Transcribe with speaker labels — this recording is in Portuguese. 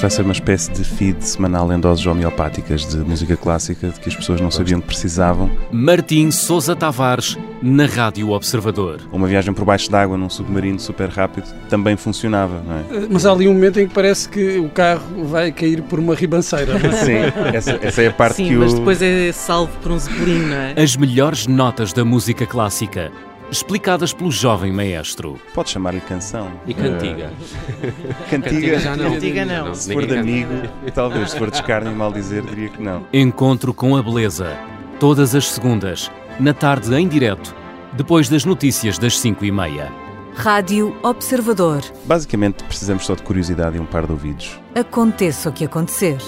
Speaker 1: vai ser uma espécie de feed semanal em doses homeopáticas de música clássica de que as pessoas não sabiam que precisavam.
Speaker 2: Martim Sousa Tavares, na Rádio Observador.
Speaker 1: Uma viagem por baixo d'água num submarino super rápido também funcionava, não é?
Speaker 3: Mas há ali um momento em que parece que o carro vai cair por uma ribanceira. não é?
Speaker 1: Sim, essa, essa é a parte
Speaker 4: Sim,
Speaker 1: que o.
Speaker 4: mas depois é salvo por um zeppelin, não é?
Speaker 2: As melhores notas da música clássica, explicadas pelo jovem maestro.
Speaker 1: Pode chamar-lhe canção.
Speaker 5: E cantiga.
Speaker 1: Eh, cantiga,
Speaker 5: já não.
Speaker 4: Cantiga não.
Speaker 1: se for de
Speaker 5: Ninguém
Speaker 1: amigo, talvez. Se for de escárnio e mal dizer, diria que não.
Speaker 2: É. Encontro com a beleza, todas as segundas, na tarde em direto, depois das notícias das 5 e meia.
Speaker 6: Rádio Observador.
Speaker 1: Basicamente, precisamos só de curiosidade e um par de ouvidos.
Speaker 6: Aconteça o que acontecer.